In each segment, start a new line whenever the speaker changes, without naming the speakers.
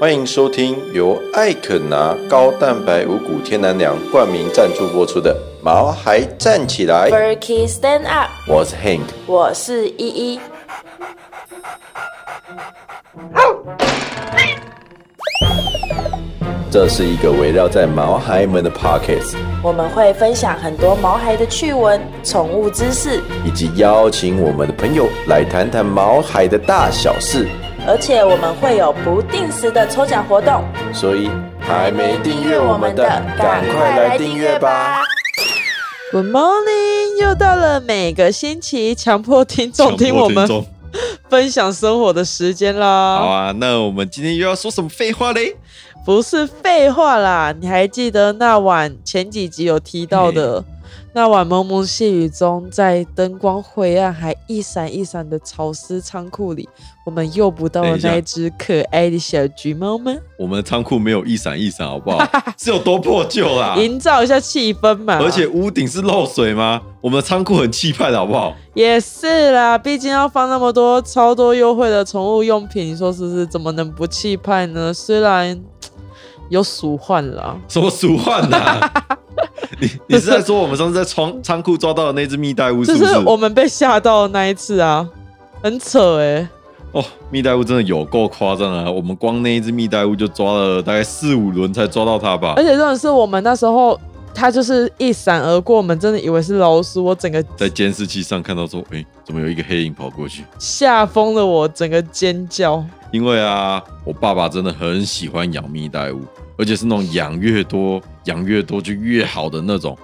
欢迎收听由艾肯拿高蛋白五谷天然粮冠名赞助播出的《毛孩站起来》，
Berkey Stand Up，
我是 Hank。
我是依依。
这是一个围绕在毛孩们的 Pockets，
我们会分享很多毛孩的趣闻、宠物知识，
以及邀请我们的朋友来谈谈毛孩的大小事。
而且我们会有不定时的抽奖活动。
所以还没订阅我们的，赶快来订阅吧！！
Good morning，又到了每个星期强迫听众听我们
强迫听
分享生活的时间啦。
众好啊，那我们今天又要说什么废话嘞？
不是废话啦，你还记得那晚前几集有提到的？那晚蒙蒙细雨中，在灯光灰暗还一闪一闪的潮湿仓库里，我们又捕到了
等一下
那一只可爱的小橘猫吗？
我们的仓库没有一闪一闪，好不好？是有多破旧 啦？
营造一下气氛嘛。
啊而且屋顶是漏水吗？我们的仓库很气派的好不好？
也是啦，毕竟要放那么多超多优惠的宠物用品，你说是不是？怎么能不气派呢？虽然有鼠患啦，
什么鼠患呐、 你你是在说我们上次在仓仓库抓到的那只蜜袋鼯
就是
不是
是？我们被吓到的那一次啊，很扯哎、
哦，蜜袋鼯真的有够夸张啊！我们光那一只蜜袋鼯就抓了大概四五轮才抓到它吧
而。且真的是我们那时候，它就是一闪而过，我们真的以为是老鼠，我整个
在监视器上看到说，哎、怎么有一个黑影跑过去？
吓疯了我，整个尖叫。
因为啊，我爸爸真的很喜欢养蜜袋鼯，而且是那种养越多养越多就越好的那种。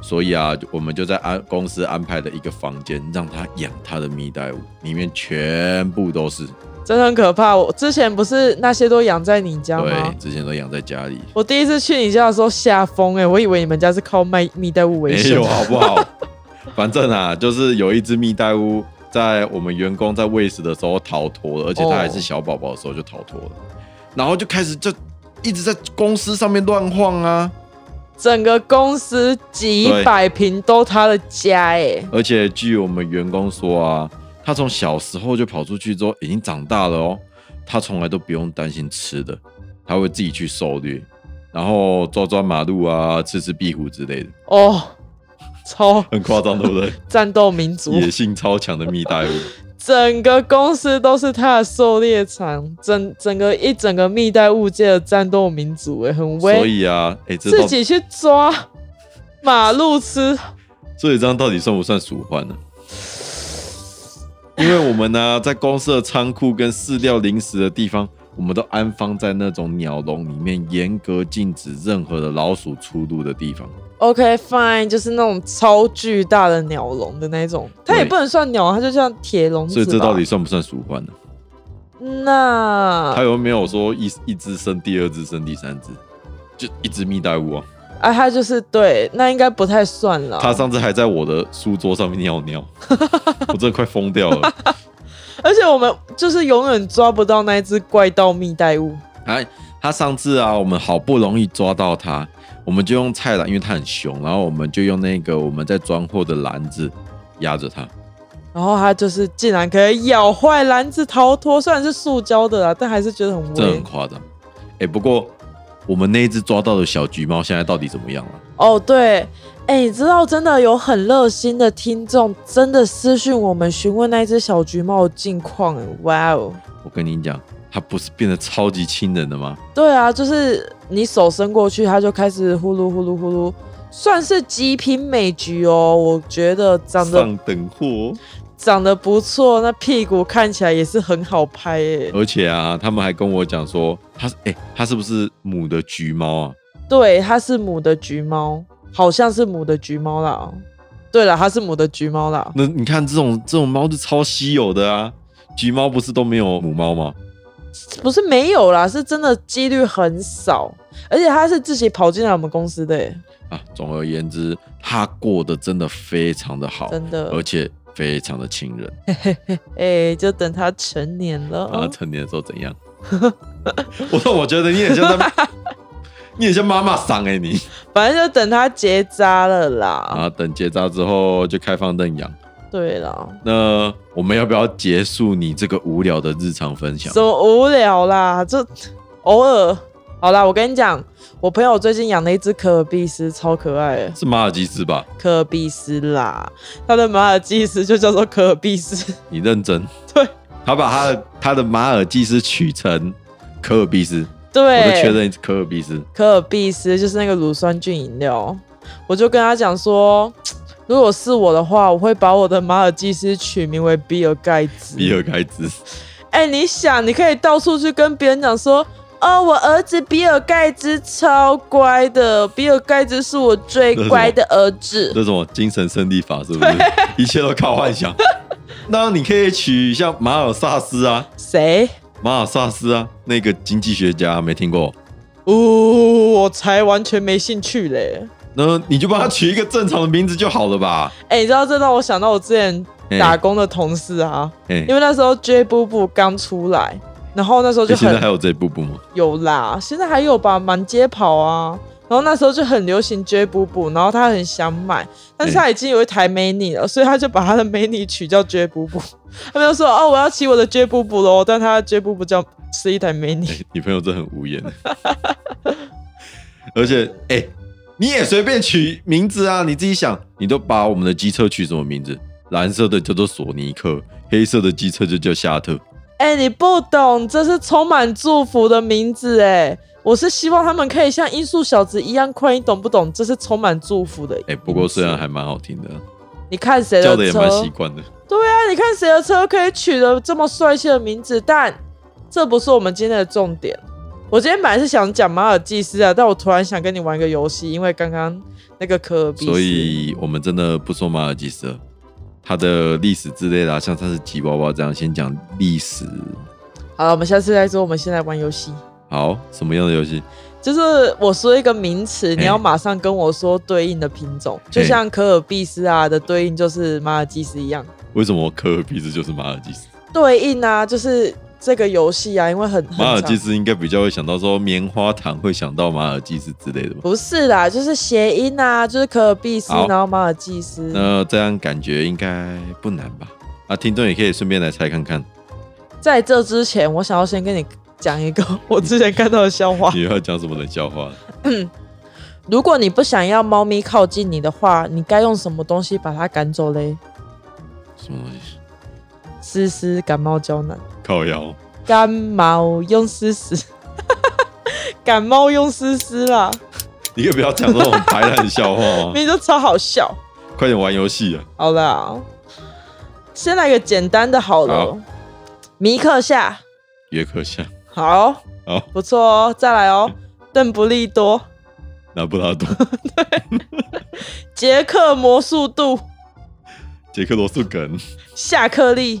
所以啊，我们就在安公司安排了一个房间，让他养他的蜜袋鼯，里面全部都是。
真的很可怕，我之前不是那些都养在你家吗
对，？之前都养在家里，
我第一次去你家的时候吓疯哎，我以为你们家是靠卖蜜袋鼯为
没
生
哎有，啊好不好？ 反正啊，就是有一只蜜袋鼯在我们员工在喂食的时候逃脱了，而且它还是小宝宝的时候就逃脱了，然后就开始就一直在公司上面乱晃啊。
整个公司几百平都他的家哎，
而且据我们员工说啊，他从小时候就跑出去之后，已经长大了哦。他从来都不用担心吃的，他会自己去狩猎，然后抓抓马路啊，吃吃壁虎之类的，
哦，超
很夸张，对不对？
战斗民族，
野性超强的蜜袋鼯，
整个公司都是他的狩猎场，整整个一整个蜜袋鼯界的战斗民族哎，很
所
威，
以啊，哎、这
自
到
己去抓马路吃，
所以这样到底算不算鼠患呢？因为我们呢、 在公司的仓库跟饲料零食的地方，我们都安放在那种鸟笼里面，严格禁止任何的老鼠出入的地方。
OK fine，就是那种超巨大的鸟笼的那种，它也
对
不能算鸟，它就像铁笼子
所以这
吧
到底算不算鼠患呢？
那
还有没有说一一只生第二只生第三只，就一只蜜袋鼯啊？
啊，它就是对，那应该不太算了。
它上次还在我的书桌上面尿 尿，我真的快疯掉了。
而且我们就是永远抓不到那一只怪盗蜜袋鼯，
哎，它上次啊，我们好不容易抓到它，我们就用菜篮，因为它很凶，然后我们就用那个我们在装货的篮子压着它。
然后它就是竟然可以咬坏篮子逃脱，虽然是塑胶的啦，但还是觉得很
真的很
威。
夸张。哎、不过我们那一只抓到的小橘猫现在到底怎么样了？
哦，对，哎，你知道真的有很热心的听众真的私讯我们询问那一只小橘猫的近况，哎哇哦！
我跟你讲，它不是变得超级亲人了吗？
对啊，就是你手伸过去，它就开始呼噜呼噜呼噜，算是极品美菊哦。我觉得长得
上等货。
长得不错，那屁股看起来也是很好拍哎耶。
而且啊，他们还跟我讲说，它哎、欸，它是不是母的橘猫啊？
对，它是母的橘猫，好像是母的橘猫啦。对了，它是母的橘猫啦。
那你看这种这种猫是超稀有的啊，橘猫不是都没有母猫吗？
不是没有啦，是真的几率很少，而且它是自己跑进来我们公司的欸耶，
啊，总而言之，它过得真的非常的好，
真的
而。且非常的亲人。
哎、就等它成年了
然后
哦。
成年的时候怎 样？我说我觉得你很像在，你很像妈妈桑哎你。
反正就等它结扎了啦。
啊，等结扎之后就开放认养。
对啦，
那我们要不要结束你这个无聊的日常分享
怎？么无聊啦？这偶尔。好啦，我跟你讲，我朋友最近养了一只可尔必斯，超可爱的
是马尔济斯吧？
可尔必斯啦，它的马尔济斯就叫做可尔必斯。
你认真？
对，
他把他的他的马尔济斯取成可尔必斯，我就确
对，
认可尔必斯。
可尔必斯就是那个乳酸菌饮料。我就跟他讲说，如果是我的话，我会把我的马尔济斯取名为比尔盖茨。
比尔盖茨，
哎、你想，你可以到处去跟别人讲说，哦，我儿子比尔盖茨超乖的，比尔盖茨是我最乖的儿 子。
这种精神胜利法是不是？一切都靠幻想。那你可以取像马尔萨斯啊，
谁？
马尔萨斯啊，那个经济学家没听过，
哦，我才完全没兴趣嘞。
那你就帮他取一个正常的名字就好了吧？
哎、你知道这让我想到我之前
哎
打工的同事啊，
哎
因为那时候 J 布布刚出来，然后那时候
哎
就
现
很
在还有这一步步吗？
有啦，现在还有吧，满街跑啊。然后那时候就很流行 J 布布，然后他很想买，
嗯
但是他已经有一台 Mini 了，所以他就把他的 Mini 取叫 J 布布。 他们就说：“哦，我要骑我的 J 布布喽。”但他的 J 布布叫是一台 Mini。
你朋友真的很无言。 而且，哎、你也随便取名字啊，你自己想，你都把我们的机车取什么名字？蓝色的叫做索尼克，黑色的机车就叫夏特。
哎、你不懂，这是充满祝福的名字哎。我是希望他们可以像音速小子一样快，你懂不懂？这是充满祝福的。
哎、不过虽
嗯
然还蛮好听的，啊
你看谁
叫
的
的也
车
蛮习惯的。
对啊，你看谁的车可以取得这么帅气的名字？但这不是我们今天的重点。我今天本来是想讲马尔济斯啊，但我突然想跟你玩一个游戏，因为刚刚那个可尔必斯，
所以我们真的不说马尔济斯了，它的历史之类的、啊，像它是吉娃娃这样，先讲历史。
好了，我们下次再说。我们先来玩游戏，
好，什么样的游戏？
就是我说一个名词，你要
嗯
马上跟我说对应的品种，就
嗯
像可尔必斯啊的对应就是马尔济斯一样。
为什么科尔必斯就是马尔济斯？
对应啊，就是这个游戏啊，因为很很
马尔
长
济斯应该比较会想到说棉花糖，会想到马尔济斯之类的吧？
不是啦，就是谐音啊，就是可尔必斯
好，
然后马尔济斯。
那这样感觉应该不难吧？啊，听众也可以顺便来猜看看。
哦在这之前，我想要先跟你讲一个 我之前看到的笑话。
你又要讲什么冷笑话？
如果你不想要猫咪靠近你的话，你该用什么东西把它赶走嘞？
什么东 西？
丝丝感冒胶囊，
靠腰？
感冒用丝丝，感冒用丝丝啦，
你可不要讲那种白烂笑话 哦！
明明就超好笑。
快点玩游戏啊！
好啦，先来个简单的好了，
好
米克夏，
约克夏、
好，
好
不错哦，再来哦，邓布利多，
拿布拉多、
杰克魔术度，
杰克罗素梗、
夏克利，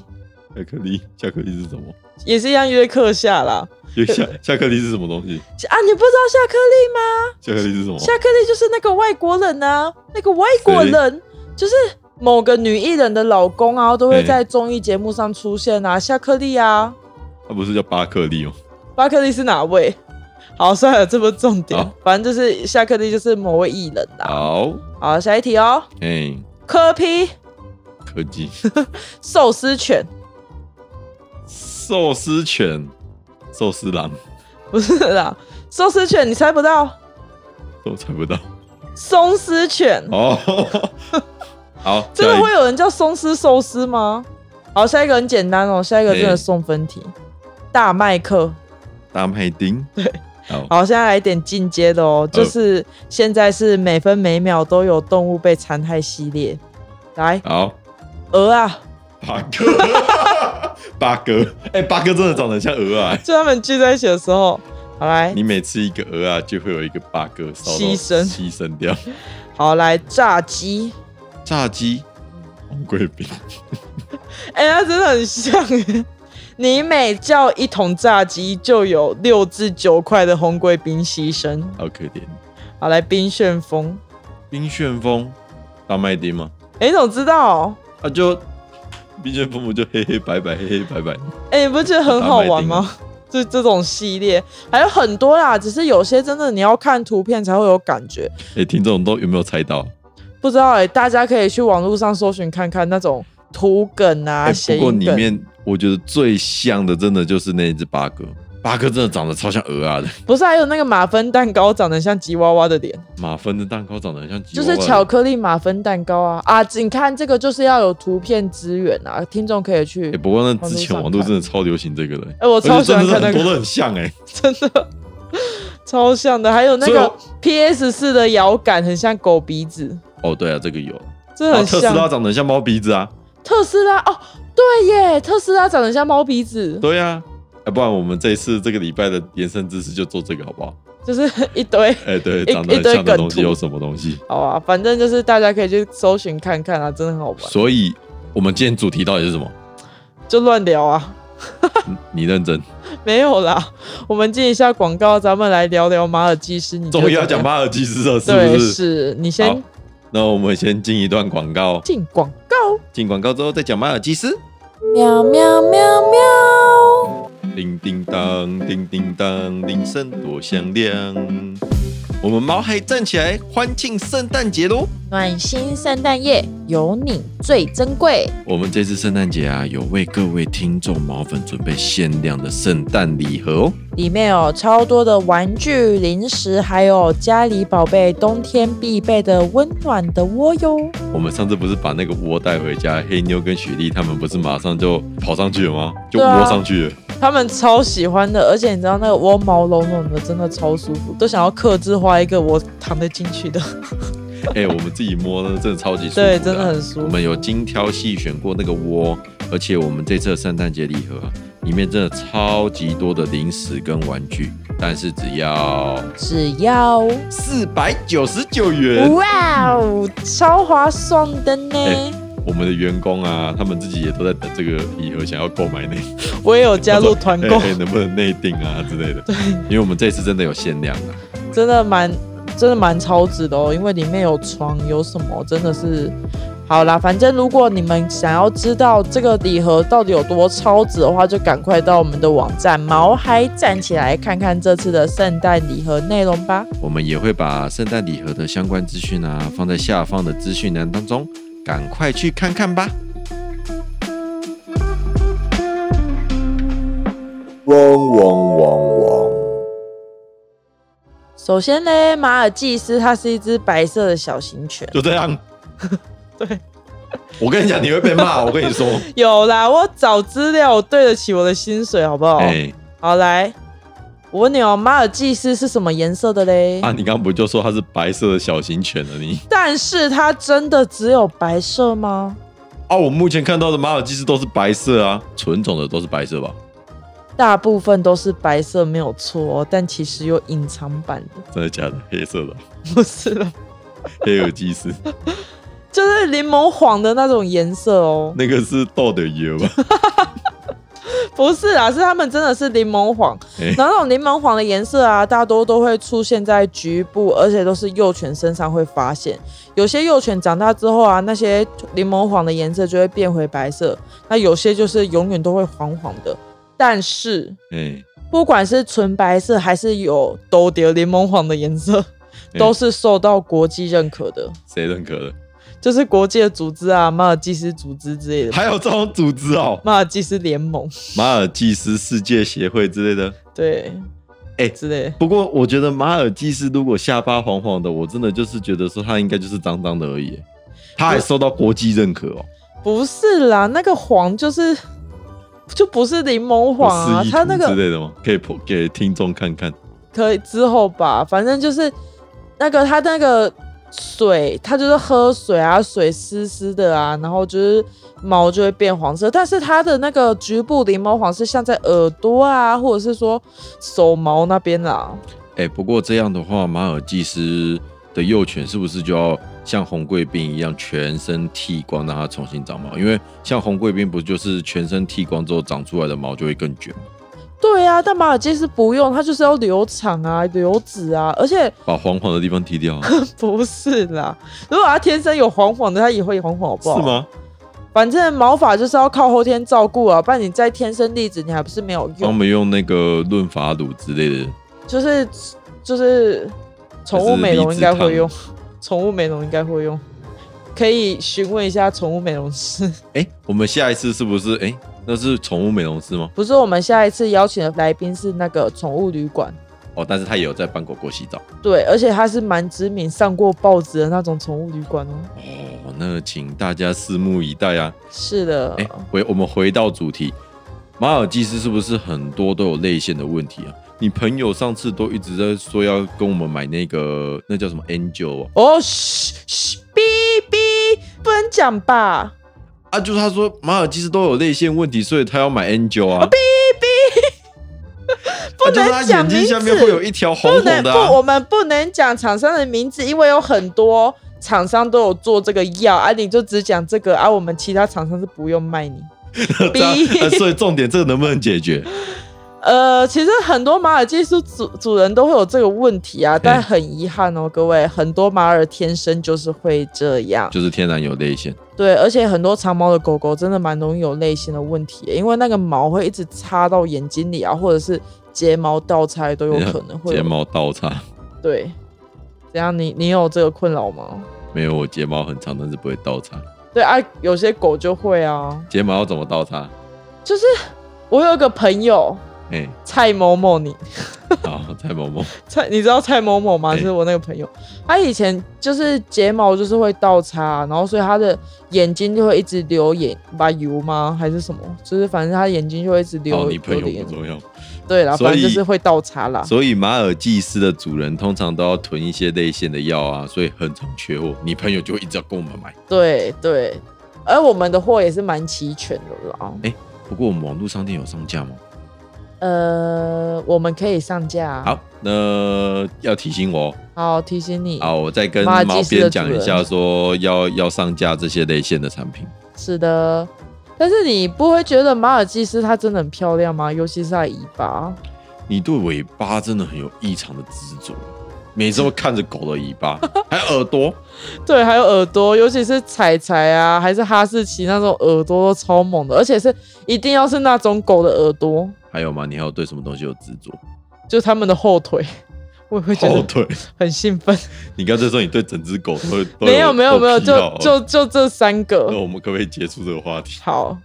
夏克 利、夏克利是什么？
也是一样约克夏啦。
约 夏夏克利是什么东西？
啊，你不知道夏克利吗？
夏克利是什么？
夏克利就是那个外国人啊，那个外国人就是某个女艺人的老公啊，都会
嘿
在综艺节目上出现啊。夏克利啊，
他不是叫巴克利哦？
巴克利是哪位？好，算了，这不是重点
好，
反正就是夏克利就是某位艺人啦。
好，
好，下一题哦，
哎，
科批
科技
寿司犬
寿司犬、寿司狼，
不是啦，寿司犬你猜不到，
我猜不到
松狮犬，
哦。 好，
真的
下一
会有人叫松狮寿司吗？好，下一个很简单哦，下一个真的
嘿
送分题，大麦克。
大麦丁，对，好，
好，现在来点进阶的哦，就是现在是每分每秒都有动物被残害系列。来，
好，
鹅啊，
八哥，八哥，哎、八哥真的长得很像鹅啊！
就他们聚在一起的时候，好来，
你每吃一个鹅啊，就会有一个八哥烧到
牺牲
牺牲掉。
好来炸鸡，
炸鸡，红贵宾，
哎、它真的很像耶。你每叫一桶炸鸡，就有六至九块的红贵宾牺牲。
好可怜。
好来，冰旋风，
冰旋风，大麦丁吗？
哎、你怎么知道？
啊，就冰旋风不就黑黑白白，黑黑白白？
哎、你不觉得很好玩吗？就 这种系列还有很多啦，只是有些真的你要看图片才会有感觉。
哎、听众都有没有猜到？
不知道哎、大家可以去网络上搜寻看看那种图梗啊、
哎、
谐、
不过
音
里
梗。
面我觉得最像的，真的就是那一只八哥。八哥真的长得超像鹅啊的，
不是还有那个马芬蛋糕长得像吉娃娃的脸，
马芬的蛋糕长得很像吉
就
娃娃
是
的
巧克力马芬蛋糕啊啊！你看这个就是要有图片资源啊，听众可以去
哎、。不过那之前网
网
络
络上
真的
看
超流行这个的、
哎、我
而
超
且
喜
真的
欢
是
看那
很多
个，
都很像哎、
真的超像的。还有那
所以
个
我
PS 四的摇杆很像狗鼻子，
哦，对啊，这个有。
真
然
的
后
很
特斯
像。
拉长得很像猫鼻子啊，
特斯拉哦，对耶，特斯拉长得像猫鼻子，
对啊。哎，不然我们这一次这个礼拜的延伸知识就做这个好不好？
就是一堆。
哎、对，
一
长得很像的东西有什么东西？
好啊，反正就是大家可以去搜寻看看啊，真的很好玩，
所以我们今天主题到底是什么？
就乱聊啊，
嗯你认真，
没有啦。我们进一下广告，咱们来聊聊马尔济斯。你觉得
终于要
怎
讲
么样？
马尔济斯了，是
对，
不是？
是你
好
先
那我们先进一段广告，
进广告。
进广告之后再讲马尔济斯。
喵喵喵喵！
叮叮当，叮叮当，铃声多响亮。我们毛孩站起来，欢庆圣诞节喽！
暖心圣诞夜，有你最珍贵。
我们这次圣诞节啊，有为各位听众毛粉准备限量的圣诞礼盒哦。
里面有超多的玩具、零食，还有家里宝贝冬天必备的温暖的窝哟。
我们上次不是把那个窝带回家，黑妞跟雪莉他们不是马上就跑上去了吗？就
对啊
窝上去了。
他们超喜欢的，而且你知道那个窝毛茸茸的，真的超舒服，都想要克制化一个我躺得进去的。
哎、我们自己摸呢，真的超级舒服、
对，真的很。舒
我
服。
们有精挑细选过那个窝，而且我们这次的圣诞节礼盒啊里面真的超级多的零食跟玩具，但是只要
只要
四百九十九元。
哇哦，超划算的呢！
哎我们的员工啊，他们自己也都在等这个礼盒，想要购买那
我也有加入团购，
哎哎能不能内定啊之类的。对，因为我们这次真的有限量啊。
真的蛮真的蛮超值的哦，因为里面有床有什么，真的是。好啦，反正如果你们想要知道这个礼盒到底有多超值的话，就赶快到我们的网站毛嗨站起来看看这次的圣诞礼盒内容吧。
我们也会把圣诞礼盒的相关资讯啊放在下方的资讯栏当中，赶快去看看吧。
嗡嗡嗡嗡。
首先呢，马尔济斯它是一只白色的小型犬。
就这样。
对，
我跟你讲，你会被骂。我跟 你说，
有啦，我找资料，我对得起我的薪水，好不好？
哎、
好来，我问你哦，马尔济斯是什么颜色的嘞？
啊，你刚刚不就说它是白色的小型犬了？你
但是它真的只有白色吗？
啊，我目前看到的马尔济斯都是白色啊，纯种的都是白色吧？
大部分都是白色，没有错、哦，但其实有隐藏版 的，
真的假的？黑色的
不是了，
黑耳济斯，
就是柠檬黄的那种颜色哦，
那个是豆的油吧？
不是啦，是他们真的是柠檬黄，
哎
然后那种柠檬黄的颜色啊，大多都会出现在局部，而且都是幼犬身上会发现。有些幼犬长大之后啊，那些柠檬黄的颜色就会变回白色，那有些就是永远都会黄黄的。但是
哎、
不管是纯白色还是有都丢柠檬黄的颜色，
嗯
都是受到国际认可的，
谁认可的？
就是国际的组织啊，马尔济斯组织之类的，
还有这种组织哦，
马尔济斯联盟，
马尔济斯世界协会之类的。
对，
哎
之类的。
不过我觉得马尔济斯如果下巴黄黄的，我真的就是觉得说它应该就是脏脏的而已。它还受到国际认可哦。
不是啦，那个黄就是就不是柠檬黄啊
有示意，
它
图
那
之
个
类的吗？可以 po- 给听众看看。
可以之后吧，反正就是那个它那个水，它就是喝水啊，水湿湿的啊，然后就是毛就会变黄色，但是它的那个局部柠檬黄是像在耳朵啊，或者是说手毛那边啦。
哎、不过这样的话，马尔济斯的幼犬是不是就要像红贵宾一样全身剃光，让它重新长毛？因为像红贵宾不就是全身剃光之后长出来的毛就会更卷吗？
对啊，但马尔济斯不用，它就是要留长啊、留直啊，而且
把黄黄的地方剃掉啊、
不是啦。如果它天生有黄黄的，它也会黄黄，好不好？
是吗？
反正毛发就是要靠后天照顾啊，不然你再天生丽质，你还不是没有
帮我
用。
们用那个润发乳之类的，
就是就是，宠物美容应该会用，宠物美容应该会用，可以询问一下宠物美容师。
哎、我们下一次是不是哎、那是宠物美容师吗？
不是，我们下一次邀请的来宾是那个宠物旅馆，
哦，但是他也有在帮狗狗洗澡。
对，而且他是蛮知名、上过报纸的那种宠物旅馆哦。
哦，那请大家拭目以待啊！
是的，
哎、回我们回到主题，马尔济斯是不是很多都有泪腺的问题啊？你朋友上次都一直在说要跟我们买那个那叫什么 Angel 啊？
哦，嘘嘘，哔哔，不能讲吧？
啊，就是他说马尔济斯都有泪腺问题，所以他要买 Angel 啊。
不
啊就是他
能讲
眼
名
睛
字，
下面会有一条红
不
红
能
的、
不，
啊。
我们不能讲厂商的名字，因为有很多厂商都有做这个药啊，你就只讲这个啊，我们其他厂商是不用卖你。
这样
哔
呃所以重点这个能不能解决？
呃，其实很多马尔济斯主主人都会有这个问题啊，但
嗯
很遗憾哦，各位，很多马尔天生就是会这样。
就是天然有泪腺。
对，而且很多长毛的狗狗真的蛮容易有泪腺的问题的，因为那个毛会一直插到眼睛里啊，或者是睫毛倒插都有
啊
可能会有
睫毛倒插，
对，怎样？你你有这个困扰吗？
没有我睫毛很长，但是不会倒插。
对啊，有些狗就会啊，
睫毛要怎么倒插？
就是我有一个朋友
哎、
蔡某某你，
好， 蔡某某，
蔡你知道蔡某某吗？
哎
就是我那个朋友，他以前就是睫毛就是会倒插，然后所以他的眼睛就会一直流眼把油吗？还是什么？就是反正他眼睛就会一直流、
好，
流
哦你朋友
眼
不重要。
对啦，
所以
反正就是会倒插啦。
所以马尔济斯的主人通常都要囤一些泪腺的药啊，所以很常缺货。你朋友就会一直要跟我们买。
对对，而我们的货也是蛮齐全的啦。
不过我们网络商店有上架吗？
呃，我们可以上架啊。
好，那要提醒我哦
好，提醒你。
啊，我再跟
马尔
毛
济斯
边
的主人
讲一下，说要要上架这些泪腺的产品。
是的，但是你不会觉得马尔济斯它真的很漂亮吗？尤其是它的尾巴，
你对尾巴真的很有异常的执着，每次会看着狗的尾 巴，还有耳朵。
对，还有耳朵，尤其是彩彩啊，还是哈士奇那种耳朵都超猛的，而且是一定要是那种狗的耳朵，
还有吗？你还有对什么东西有执 着？
就它们的后腿， 我也会觉
后
得
腿，
很兴奋。
你刚才说你对整只狗都会都
没有没有没有，
都
就
疲劳
就就这三
哦那
个
我们可不可以结束这个话题？
好。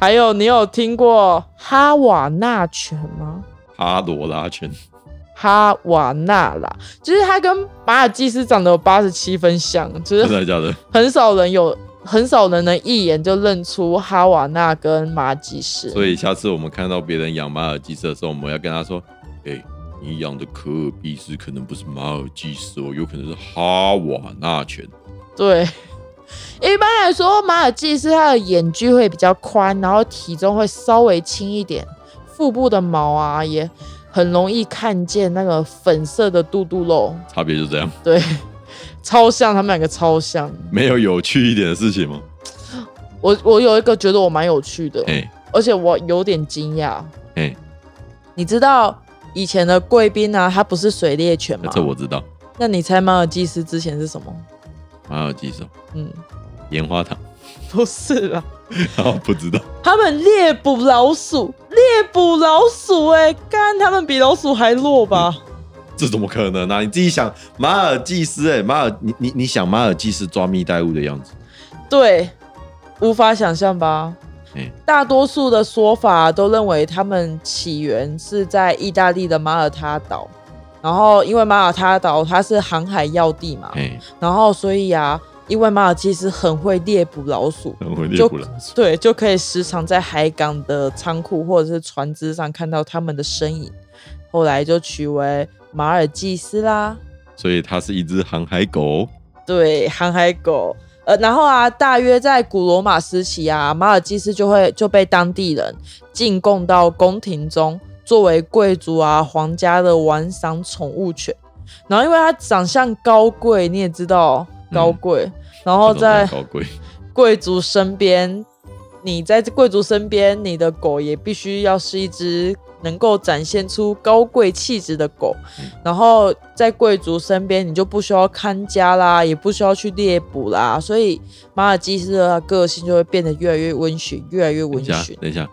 还有，你有听过哈瓦那犬吗？
哈罗拉犬，
哈瓦那啦，就是它跟马尔济斯长得有八十七分像，就是
真的假的？
很少人有，很少人能一眼就认出哈瓦那跟马吉士。
所以下次我们看到别人养马尔济斯的时候，我们要跟他说：“哎、你养的可尔必斯可能不是马尔济斯哦，有可能是哈瓦那犬。
对，一般来说，马尔济斯它的眼距会比较宽，然后体重会稍微轻一点，腹部的毛啊也很容易看见那个粉色的肚肚肉。”
差别就这样，
对， 超像，他们两个超像。
没有有趣一点的事情吗？
我我有一个觉得我蛮有趣的，
哎、
而且我有点惊讶。
哎
你知道以前的贵宾啊，它不是水猎犬吗？
这我知道，
那你猜马尔济斯之前是什么？
马尔济斯哦
嗯，
棉花糖，
不是啦，
然后不知道，
他们猎捕老鼠，猎捕老鼠、欸，哎，干他们比老鼠还弱吧？
这怎么可能呢、啊？你自己想，马尔济斯、哎，马尔，你你你想马尔济斯抓蜜袋鼯的样子，
对，无法想象吧？
嗯
大多数的说法都认为他们起源是在意大利的马耳他岛，然后因为马耳他岛它是航海要地嘛，
哎、
然后所以啊，因为马尔济斯很会猎捕老鼠，
很会猎
就
捕老鼠，
对，就可以时常在海港的仓库或者是船只上看到他们的身影。后来就取为马尔济斯啦，
所以它是一只航海狗。
对，航海狗。呃，然后啊，大约在古罗马时期啊，马尔济斯就会就被当地人进贡到宫廷中，作为贵族啊、皇家的玩赏宠物犬。然后，因为它长相高贵，你也知道
嗯
高贵，然后
这种
哦在
很高贵，
贵族身边，你在这贵族身边，你的狗也必须要是一只能够展现出高贵气质的狗。然后在贵族身边，你就不需要看家啦，也不需要去猎捕啦，所以马尔济斯的个性就会变得越来越温驯，越来越
等
温
一下
驯，。
等一下。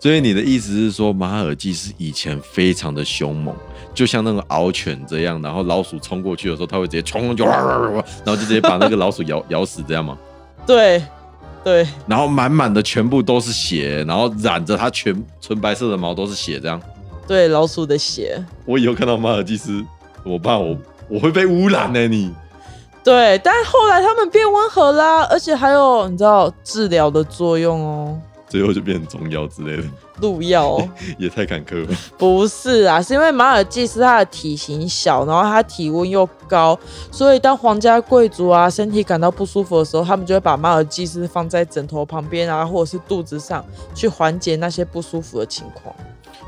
所以你的意思是说，马尔济斯以前非常的凶猛，就像那个獒犬这样，然后老鼠冲过 去的时候，它会直接冲过去，然后就直接把那个老鼠咬咬死，这样吗？
对，对，
然后满满的全部都是血，然后染着它全纯白色的毛都是血，这样。
对，老鼠的血。
我以后看到马尔济斯，怎么办？我我会被污染呢、你
对，但后来他们变温和啦，而且还有你知道治疗的作用哦，
最后就变成中药之类的，
入药哦、
也太坎坷了。
不是啊，是因为马尔济斯他的体型小，然后他体温又高，所以当皇家贵族啊身体感到不舒服的时候，他们就会把马尔济斯放在枕头旁边啊，或者是肚子上，去缓解那些不舒服的情况。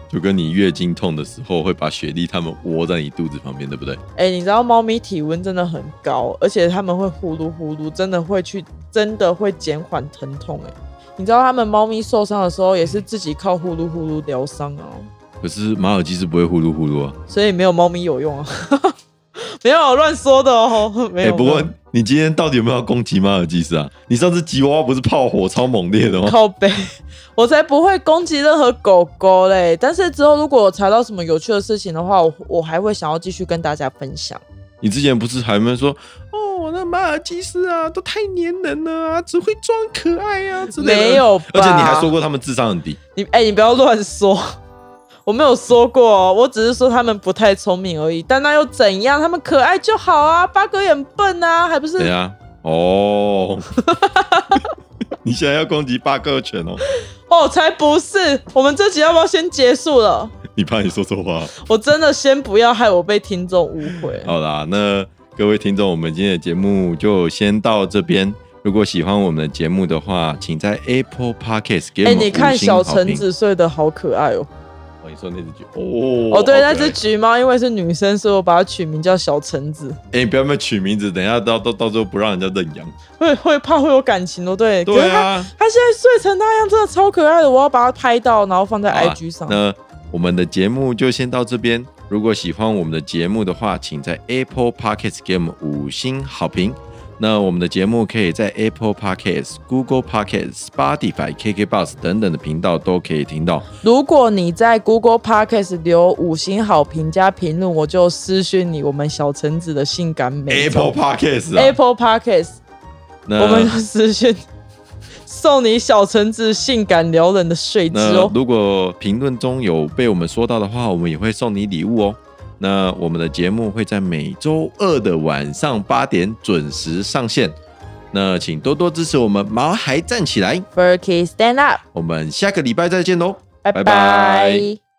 就跟你月经痛的时候会把雪莉他们窝在你肚子旁边，对不对？
哎、你知道猫咪体温真的很高，而且它们会呼噜呼噜，真的会去，真的会减缓疼痛、哎，你知道它们猫咪受伤的时候也是自己靠呼噜呼噜疗伤啊，
可是马尔济斯不会呼噜呼噜啊。
所以没有猫咪有用啊。 没有乱说的哦，没
哎、
有。
不过你今天到底有没有要攻击马尔济斯啊？你上次吉娃娃不是炮火超猛烈的吗？
靠背，我才不会攻击任何狗狗嘞。但是之后如果我查到什么有趣的事情的话，我我还会想要继续跟大家分享。
你之前不是还没说哦，那马尔济斯啊都太粘人了啊，只会装可爱啊之类的。
没，有吧？
而且你还说过他们智商很低。
你哎、你不要乱说， 我没有说过哦，我只是说他们不太聪明而已。但那又怎样？他们可爱就好啊，八哥也很笨啊，还不
等一
是？
下，哦， 你现在要攻击八哥犬哦？
哦，才不是！我们这集要不要先结束了？
你怕你说错话？
我真的先不要害我被听众误会。
好啦，那各位听众，我们今天的节目就先到这边。如果喜欢我们的节目的话，请在 Apple Podcast 给
哎、
我们
你
五
看
星
小
好评
橙，子睡得好可爱哦。
哦你说那只橘哦
哦，对，
好可爱
那只橘猫因为是女生，所以我把它取名叫小橙子，
哎、不要被取名字，等一下到到到时候不让人家认养。
会会怕会有感情哦。对，可
对
是它
啊，
它现在睡成那样，真的超可爱的，我要把它拍到，然后放在
好啊
IG 上。
那我们的节目就先到这边。如果喜欢我们的节目的话，请在 Apple Podcast 给我们五星好评。那我们的节目可以在 Apple Podcast、Google Podcast、Spotify、KKBox 等等的频道都可以听到。
如果你在 Google Podcast 留五星好评加评论，我就私讯你我们小橙子的性感美
Apple Podcast 啊嗯
Apple Podcast，、
那
我们就私讯送你小橙子性感撩人的睡姿
那
哦。
如果评论中有被我们说到的话，我们也会送你礼物哦。那我们的节目会在每周二的晚上八点准时上线，那请多多支持我们毛孩站起来，
Furky Stand Up，
我们下个礼拜再见喽，
拜
拜拜
拜